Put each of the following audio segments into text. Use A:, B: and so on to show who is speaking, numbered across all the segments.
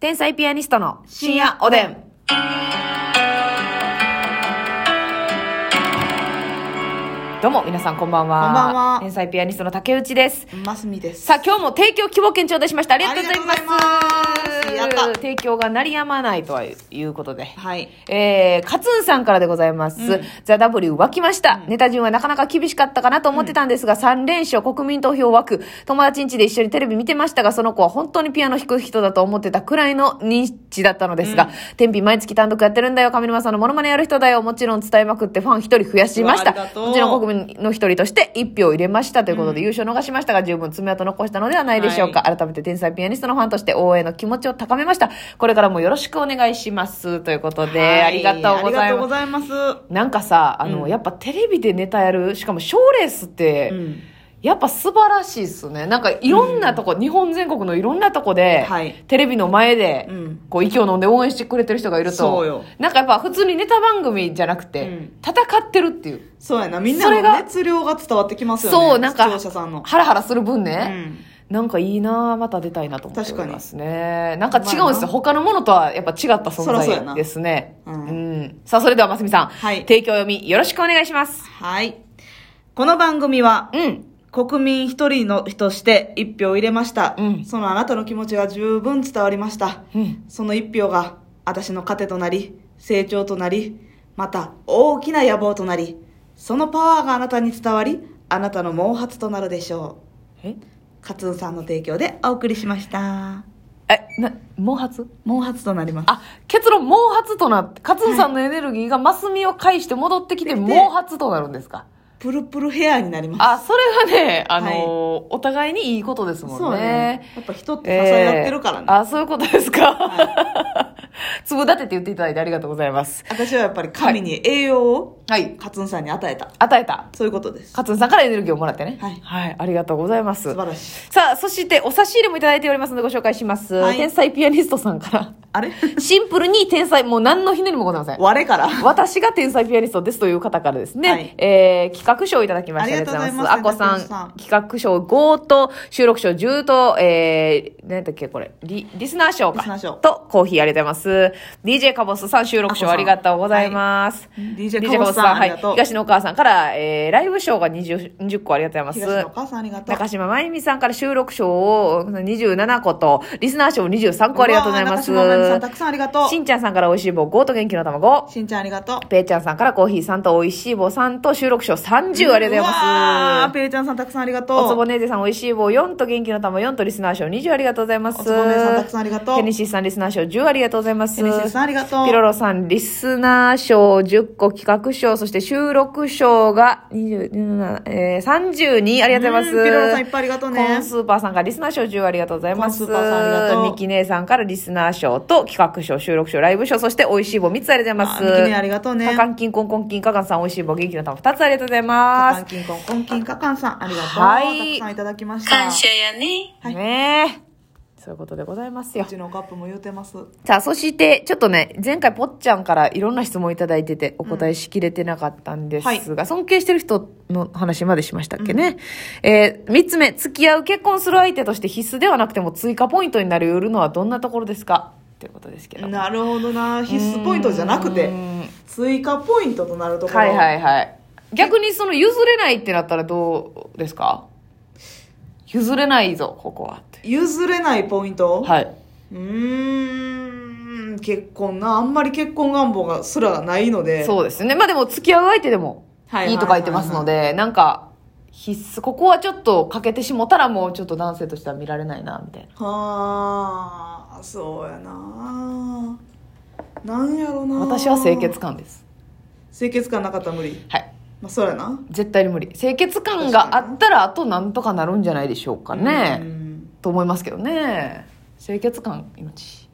A: 天才ピアニストの深夜おでん。どうも、皆さんこんばんは。
B: こんばんは
A: 天才ピアニストの竹内です。
B: ますみです。
A: さあ、今日も提供希望券頂戴しました。ありがとうございます。
B: ありがとうございますやった
A: 提供が鳴りやまないということで。
B: はい。
A: えー、カツンさんからでございます。ザ・ W 湧きました、ネタ順はなかなか厳しかったかなと思ってたんですが、3連勝国民投票枠。友達ん家で一緒にテレビ見てましたが、その子は本当にピアノ弾く人だと思ってたくらいの認知だったのですが、天日毎月単独やってるんだよ、上沼さんのモノマネやる人だよ、もちろん伝えまくってファン一人増やしました。
B: うわありがとう
A: もちろん国民の一人として一票入れましたということで、優勝逃しましたが、十分爪痕残したのではないでしょうか。
B: は
A: 改めて天才ピアニストのファンとして応援の気持ちを高めました。これからもよろしくお願いします。ということで、
B: はい
A: ありがとうござ
B: ありが
A: い
B: とうご
A: ます。
B: ざいます。
A: なんかさ、あの、やっぱテレビでネタやる、しかも賞ーレースって、
B: うん
A: やっぱ素晴らしいっすね。なんかいろんなとこ、日本全国のいろんなとこで、
B: はい
A: テレビの前で、
B: うん
A: こう息を飲んで応援してくれてる人がいると、
B: そうよ
A: なんかやっぱ普通にネタ番組じゃなくて、
B: うん
A: 戦ってるっていう。
B: そうやな、みん
A: そ
B: な
A: れ
B: の
A: が
B: 熱量が伝わってきますよね。
A: そう、なんか、
B: 視聴者さんの。
A: ハラハラする分
B: う
A: ね。
B: ん。
A: なんかいいなぁまた出たいなと思っておりますね。なんか違うん
B: ま
A: で
B: あ
A: すよ。
B: な
A: 他のものとはやっぱ違った存
B: そらそうや
A: 在
B: な
A: ですね。う
B: うんん
A: さあ、それでは、ますみさん。
B: はい
A: 提供読み、よろしくお願いします。
B: はい。この番組は、
A: うん。
B: 国民一人のとして一票入れました、
A: うん
B: そのあなたの気持ちが十分伝わりました。
A: うん
B: その一票が、私の糧となり、成長となり、また大きな野望となり、そのパワーがあなたに伝わり、あなたの毛髪となるでしょう。
A: え
B: カツンさんの提供でお送りしました。
A: え、な、毛髪
B: 毛髪となります。
A: あ、結論、毛髪となって、カツンさんのエネルギーがマスミを介して戻ってきて、
B: で
A: 毛髪となるんですか
B: プルプルヘアになります。
A: あ、それはね、あのーお互いにいいことですもんね。
B: そうね。やっぱ人って支え合ってるからね。
A: えーあ、そういうことですか。 粒立てって言っていただいてありがとうございます。
B: 私はやっぱり神に栄養を
A: はい。
B: カツンさんに与えた。
A: 与えた。
B: そういうことです。
A: カツンさんからエネルギーをもらってね。
B: はい
A: ありがとうございます。
B: 素晴らしい。
A: さあ、そしてお差し入れもいただいておりますのでご紹介します。
B: はい
A: 天才ピアニストさんから。
B: あれ
A: シンプルに天才、もう何のひねりもございません。
B: 我 から。
A: 私が天才ピアニストですという方からですね、
B: はい
A: えー企画賞をいただきまして
B: ありがとうございます
A: あこさん
B: 天才ピアニストさん
A: 企画賞5と、収録賞10と、えー、何だっけ、これ、リ、リスナー賞か。
B: リスナー賞
A: と、コーヒーありがとうございます。DJ カボスさん、収録賞ありがとうございます。
B: DJ カボスさん
A: は
B: あ
A: い。
B: りがとう
A: 東のお母さんから、えー、ライブ賞が 20, 20個ありがとうございます。
B: 東のお母さんありがとう。
A: 中島まゆみさんから収録賞を27個と、リスナー賞23個ありがとうございます。
B: うわー中島まゆみさんたくさんありがとう。
A: しんちゃんさんから美味しい棒5と元気の玉5。
B: しんちゃんありがとう。
A: ペイちゃんさんからコーヒーさんと美味しい棒さんと収録賞30ありがとうござい
B: わ
A: ま
B: ー
A: す。
B: ペイちゃんさんたくさんありがとう。
A: おつぼねーぜさん美味しい棒4と元気の玉4とリスナー賞20ありがとうございます。
B: おつぼねーさんたくさんありがとう
A: ヘネシーさんリスナー賞10ありがとうございます。
B: ヘネシーさんありがとう
A: ピロロさんリスナー賞10個企画賞、そして収録賞が20、27えー、32ありがとうございま
B: う
A: す。
B: んピロロさんいっぱいありがとうね
A: コンスーパーさんからリスナー賞10ありがとうございます。
B: コンスーパーさんありがとう
A: ミキ姉さんからリスナー賞と企画賞、収録賞、ライブ賞、そして美味しい棒3つありがとうございます。
B: あミキ姉ありがとうね
A: カカンキンコンコンキンカカンさん美味しい棒元気の玉2つありがとうござい
B: カ
A: ま
B: カ
A: す
B: ン。キンコンコンキンカカンさんありがとう。
A: はい
B: たくさんいただきました。
C: 感謝やね。
B: はい
A: ねえ。そういうことでございますよ
B: う。ちのカップも言うてます。
A: さあ、そして、ちょっとね、前回ぽっちゃんからいろんな質問いただいてて、お答えしきれてなかったんですが、
B: うん
A: 尊敬してる人の話までしましたっけね。えー三つ目、付き合う結婚する相手として必須ではなくても追加ポイントになり得るのはどんなところですかということですけど。
B: なるほどな。必須ポイントじゃなくて
A: う、ん
B: 追加ポイントとなるところ。
A: はいはいはい。逆にその譲れないってなったらどうですか譲れないぞ、ここはって。
B: 譲れないポイント、
A: はい。
B: うーん結婚なあんまり結婚願望がすらないので
A: そうですね。まあでも付き合う相手でも
B: はい
A: いいと書いてますので、なんか必須、ここはちょっと欠けてしもたらもうちょっと男性としては見られないな、みたいな。
B: はあそうやななんやろな
A: 私は清潔感です。
B: 清潔感なかったら無理
A: はい。
B: まあそうやな
A: 絶対に無理。清潔感があったら、あとなんとかなるんじゃないでしょうか
B: う
A: ね。
B: ん
A: と思いますけどね。清潔感、命。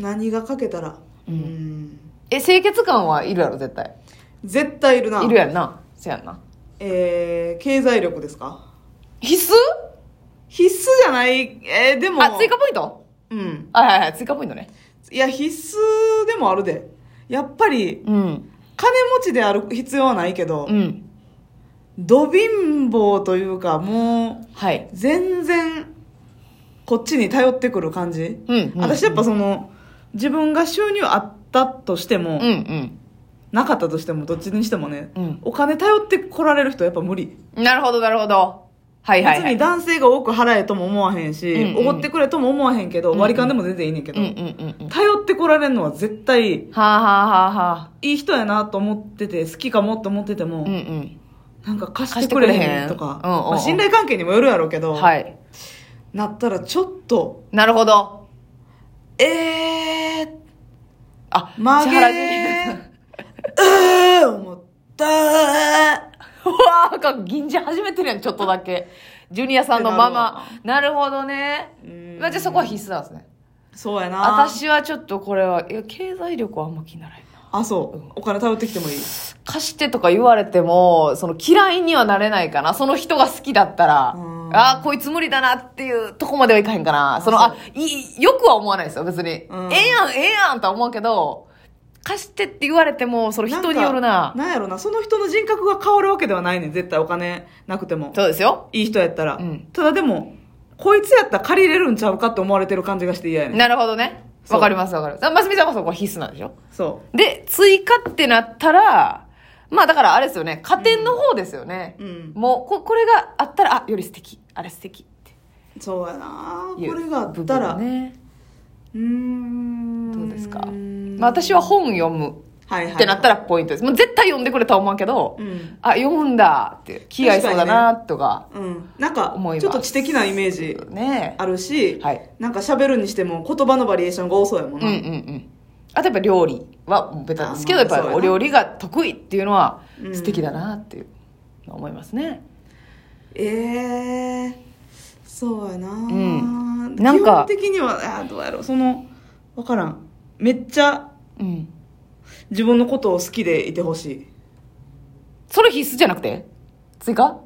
B: 何がかけたらうん、
A: え、清潔感はいるやろ、絶対。
B: 絶対いるない
A: るやんな。せやんな。
B: えー、経済力ですか
A: 必須
B: 必須じゃないえー、でも
A: あ、追加ポイント
B: うん
A: はいはいはい、追加ポイントね。
B: いや必須でもあるでやっぱり
A: うん。
B: 金持ちである必要はないけど、
A: うん。
B: ど貧乏というかもう
A: はい。
B: 全然こっちに頼ってくる感じ。
A: うんうん
B: 私やっぱその、自分が収入あったとしても、
A: うんうん。
B: なかったとしても、どっちにしてもね、
A: うん
B: お金頼ってこられる人はやっぱ無理。
A: なるほど、なるほど。はいはい、は
B: 別
A: い。
B: に男性が多く払えとも思わへんし、
A: うんうん
B: おごってくれとも思わへんけど、
A: うん
B: 割り勘でも全然いいねんけど、
A: うんうんうんうん。は
B: 頼ってこられるのは絶対、
A: あ、はあはあはあ、
B: いい人やなと思ってて、好きかもって思ってても、
A: うんう
B: なんか貸してくれ
A: 貸してくれへ
B: へ
A: ん
B: んとか、
A: うんうんうん
B: まあ信頼関係にもよるやろうけど、
A: ん。はい。
B: なったらちょっと、
A: なるほど。
B: えー、
A: あ、
B: 曲
A: 千
B: げ
A: 原ジュ
B: ー
A: ニ、
B: うー思ったー。
A: アうわー、か、銀じ始めてるやん、ちょっとだけ。ジュニアさんのまま。なるほどね。
B: うん
A: まあ、じゃあそこは必須なんですね。
B: そうやな。
A: 私はちょっとこれは、いや、経済力はあんま気にならないな。
B: あ、そう。お金頼ってきてもいい。
A: 貸してとか言われても、その嫌いにはなれないかな。その人が好きだったら
B: うん、
A: あーこいつ無理だなっていうとこまではいかへんかな。その、
B: そう
A: あ、いい、よくは思わないですよ、別に。ええ
B: う
A: や
B: ん
A: ん、ええやんとは思うけど、貸してって言われても、その人による
B: ん
A: な
B: か。なんやろな。その人の人格が変わるわけではないねん。絶対お金なくても。
A: そうですよ。
B: いい人やったら。
A: うん
B: ただでも、こいつやったら借りれるんちゃうかって思われてる感じがして嫌やねん。
A: なるほどね。
B: そう
A: わかります、わかります。ますみさんはそこは必須なんでしょ
B: そ
A: で、追加ってなったら、まあだからあれですよね、加点の方ですよね。
B: う。うん。
A: もうこ、これがあったら、あ、より素敵、あれ素敵って
B: そうやな。
A: いう
B: これがあった
A: 部
B: ら。
A: 分ね。
B: うーん。
A: どうですかま
B: ま
A: あ私は本読む
B: はいはい。
A: ってなったらポイントです。もう絶対読んでくれたとは思うけど、
B: うん。
A: あ、読むんだって、気合いそうだなとか、
B: うん。なんか
A: 思い、ます
B: ちょっと知的なイメージ
A: ね。
B: あるし、
A: はい
B: なんか喋るにしても言葉のバリエーションが多そうやもん
A: うんう
B: な。
A: んうん。あとやっぱ料理はベタですけど、
B: あ
A: やっ
B: ーまあ
A: ぱり
B: そうやな
A: お料理が得意っていうのは
B: うん
A: 素敵だなっていうのは思いますね。
B: ええー、そうやな、
A: んな
B: なんん
A: か
B: か基本的にはあーどうやろうその分からんめっちゃ
A: うん。
B: 自分のことを好きでいてほしい
A: それ必須じゃなくて追加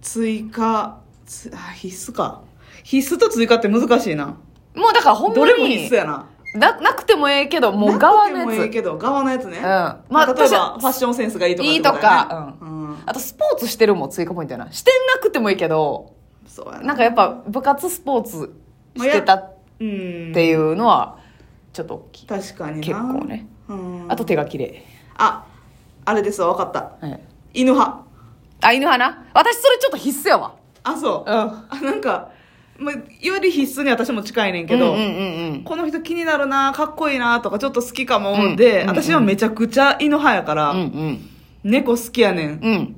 B: 追加つあ必須か必須と追加って難しいな
A: もうだからほん
B: ど
A: ま
B: れも必
A: に
B: 須やな
A: ななくてもええけどもう側の
B: なくてもい
A: や
B: い
A: つ
B: けど側のやつね、
A: うん
B: ま
A: まあ
B: あ、例え
A: 私は
B: ばファッションセンスがいいとか
A: いいとか
B: ってことやねうん
A: あとスポーツしてるも追加ポイントやなしてなくてもいいけど
B: そうやな
A: なんかやっぱ部活スポーツしてたっ
B: うん
A: ていうのはちょっと大きい
B: 確かにな
A: 結構ね
B: うん
A: あと手が綺麗
B: ああれですわ分かった
A: はい
B: 犬派
A: あ犬派な私それちょっと必須やわ
B: あそう
A: うん
B: あ なんか、まあ、より必須に私も近いねんけ
A: けど
B: ど、
A: うんうんうん
B: この人気になるなかっこいいなとかちょっと好きかも、
A: うん
B: で、
A: うん
B: 私はめちゃくちゃ犬派やから、
A: うんうん
B: 猫好きやねん、
A: うん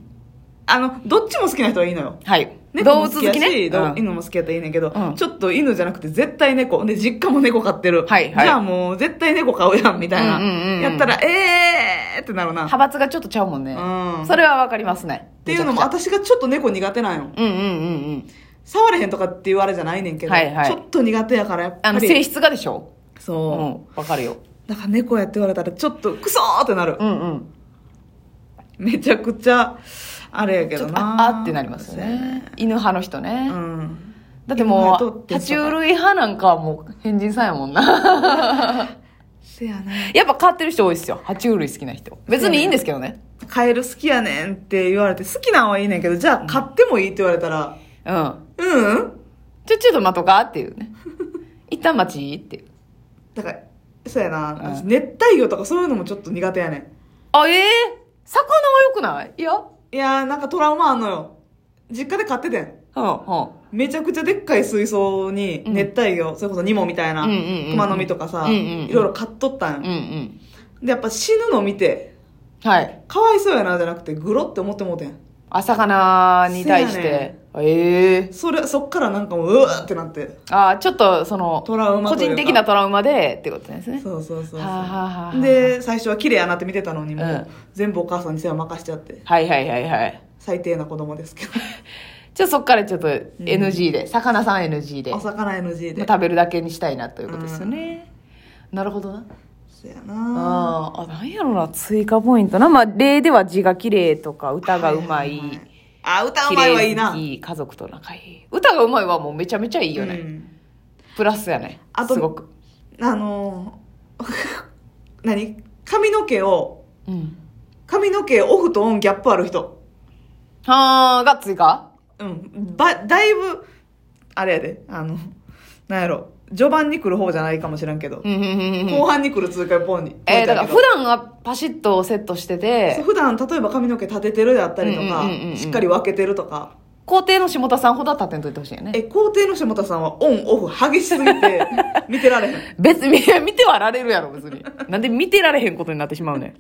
B: あのどっちも好きな人はいいのよ
A: はい
B: 猫
A: 動
B: も
A: 物
B: 好きや
A: 好き
B: し
A: ね
B: ど
A: うん
B: 犬も好きやったらいいねんけど、
A: うん
B: ちょっと犬じゃなくて絶対猫で実家も猫飼ってる、
A: はいはい
B: じゃあもう絶対猫飼うやんみたいな、
A: うんうんうんうん
B: やったらえーってなるなっ
A: 派閥がちょっとちゃうもんね
B: うん
A: それはわかりますねって
B: いうのも私がちょっと猫苦手なんよ
A: うんうんうんうん
B: 触れへんとかって言われじゃないねんけど、
A: はいはい
B: ちょっと苦手やからやっぱ
A: あ
B: り
A: の性質がでしょう
B: そう、
A: んわかるよ
B: だから猫やって言われたらちょっとクソーってなる。
A: うんうん
B: めちゃくちゃ、あれや
A: ち
B: け
A: ょ
B: ど
A: っと
B: な。
A: ああってなりますよね。犬派の人
B: う
A: ね、
B: ん。
A: だって
B: 犬
A: も
B: 派と
A: う
B: って
A: 爬虫類派なんかはもう変人さんやもんな
B: せやね。
A: やっぱ飼ってる人多いですよ爬虫類好きな人別にいいんですけどね
B: カエル好きやねんって言われて、好きなんはいいねんけど、じゃあ買ってもいいって言われたら、
A: うん
B: うん、うん、
A: ちょちょっと待とかっていう ね一旦待ちっていう
B: だから、そうやな、
A: うん
B: 熱帯魚とかそういうのもちょっと苦手やね
A: あええ魚は良くないいやうん
B: ん。いやーなんかトラウマあんのよ。実家で飼っててん。
A: うん
B: めちゃくちゃでっかい水槽に
A: うん
B: 熱帯魚、それこそニモみたいな、
A: うんうんうんうん
B: クマノミとか
A: う
B: さ、
A: んうんうん
B: いろいろ飼っとったん
A: うんう
B: よ、
A: ん
B: で、やっぱ死ぬの見て、
A: はい
B: かわいそうやなじゃなくてグロって思ってもうてん
A: あ魚に対し
B: せや
A: て
B: ね、
A: ええ
B: それそっからなんかもううわーってなって
A: あーちょっとその
B: トラウマ
A: 個
B: というか
A: 人的なトラウマでってことですね
B: そうそうそうそう
A: はあはあはあ
B: で最初は綺麗やなって見てたのにもう、
A: うん
B: 全部お母さんに世話任しちゃって
A: はいはいはいはい
B: 最低な子供ですけど
A: じゃあそっからちょっと NG で、魚さん NG で、
B: お
A: まあ、
B: 魚 NG で、
A: 食べるだけにしたいなということですよね、なるほどな
B: そうや
A: あ
B: な
A: ーあなんやろな追加ポイントなまあ例では字が綺麗とか歌がうまい,、
B: はははあ歌うまいはいいな
A: 綺麗好き家族と仲いい歌がうまいはもうめちゃめちゃいいよね、
B: うん
A: プラスやね
B: あと
A: すごく
B: あのー 何髪の毛を
A: うん
B: 髪の毛オフとオンギャップある人
A: あーが追加
B: うんばだいぶあれやであのなんやろ、序盤に来る方じゃないかもしれんけど
A: う、んうんうんうん
B: 後半に来る通過ポンに。
A: えー、だから普段はパシッとセットして
B: そう
A: て、
B: 普段例えば髪の毛立ててるであったりとか、
A: うんうんうんうん
B: しっかり分けてるとか、
A: 皇帝の下田さんほどは立ってんといてほしいよね。
B: え、皇帝の下田さんはオンオフ激しすぎ て、見てられへん。
A: 別に、見てはられるやろ、別に。なんで見てられへんことになってしまうねん。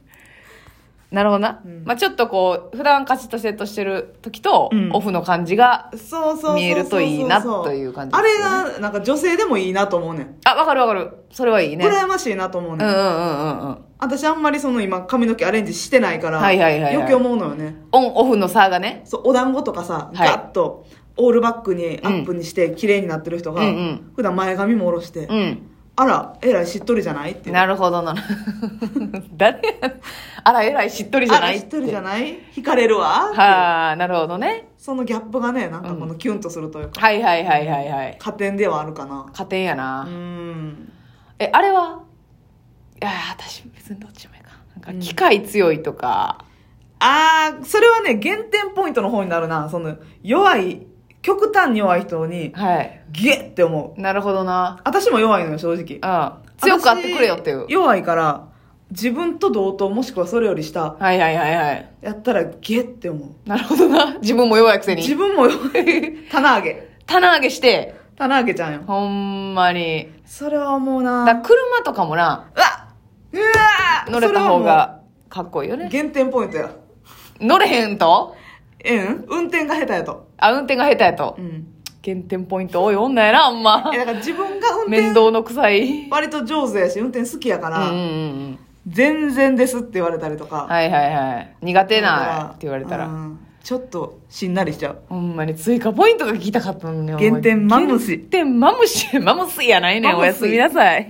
A: なるほどな。まあちょっとこう、普段カチッとセットしてる時と、
B: うん
A: オフの感じが、
B: そうそうそうそうそう
A: 見えるといいなという感じ
B: あ
A: です
B: れ
A: よね
B: が、なんか女性でもいいなと思うねん。
A: あ、わかるわかる。それはいいね。
B: 羨ましいなと思う
A: う
B: ね
A: ん
B: ん。
A: うんうんうんうん。
B: 私あんまりその今髪の毛アレンジしてないから、
A: はいはいはいはい
B: 余計思うのよね。
A: オン、オフの差がね。
B: そう、お団子とかさ、
A: はい
B: ガッと、オールバックにアップにして綺麗になってる人が、
A: うんうん
B: 普段前髪も下ろして、
A: うん。
B: あら、えらいしっとりじゃないっていう。
A: なるほどな。 誰やあら、えらいしっとりじゃ
B: あ
A: な
B: ら、
A: い
B: し
A: っ。
B: ってとりじゃない惹かれるわっていう
A: はあ、なるほどね。
B: そのギャップがね、なんかこのキュンとするというか、
A: はいはいはいはいはい。
B: 加点ではあるかな。
A: 加点や
B: う
A: な。
B: ん。
A: え、あれはいや、私別にどっちもいいかな。なんか、機械強いとか、
B: あー、それはね、減点ポイントの方になるな。その、弱い、極端に弱い人に、
A: はい。
B: ゲッって思う。
A: なるほどな。
B: 私も弱いのよ、正直。
A: うん。強くあってくれよっていう
B: 私。弱いから、自分と同等、もしくはそれより下、
A: はいはいはいはい。
B: やったらゲッって思う。
A: なるほどな。自分も弱いくせ
B: 自
A: に。
B: 分も弱い。棚 上げ。
A: 棚上げして、
B: 棚上げちゃんよ。
A: ほんまに。
B: それは思うな
A: だから車とかもな、
B: うわうわー
A: 乗れた方。がかっこいいよ
B: それはもう
A: ね。
B: 減点ポイントや。
A: 乗れへんと
B: うん運転が下手やと。
A: あ、運転が下手やと
B: う。ん。
A: 減点ポイント多い女やな、あんま
B: い。やだから自分が運
A: 面
B: 転
A: 倒の臭い。
B: 割と上手やし、運転好きやか
A: うんう
B: ら、
A: んうん。
B: 全然ですって言われたりとか。
A: はいはいはい。苦手なって言われた
B: う
A: ら。
B: んちょっとしんなりしちゃう。
A: ほんまに追加ポイントが聞きたかったのに。
B: 減点マムシ
A: 減点マムシ。マムシやないねん。
B: マ
A: お
B: ムシ
A: やすみなさい。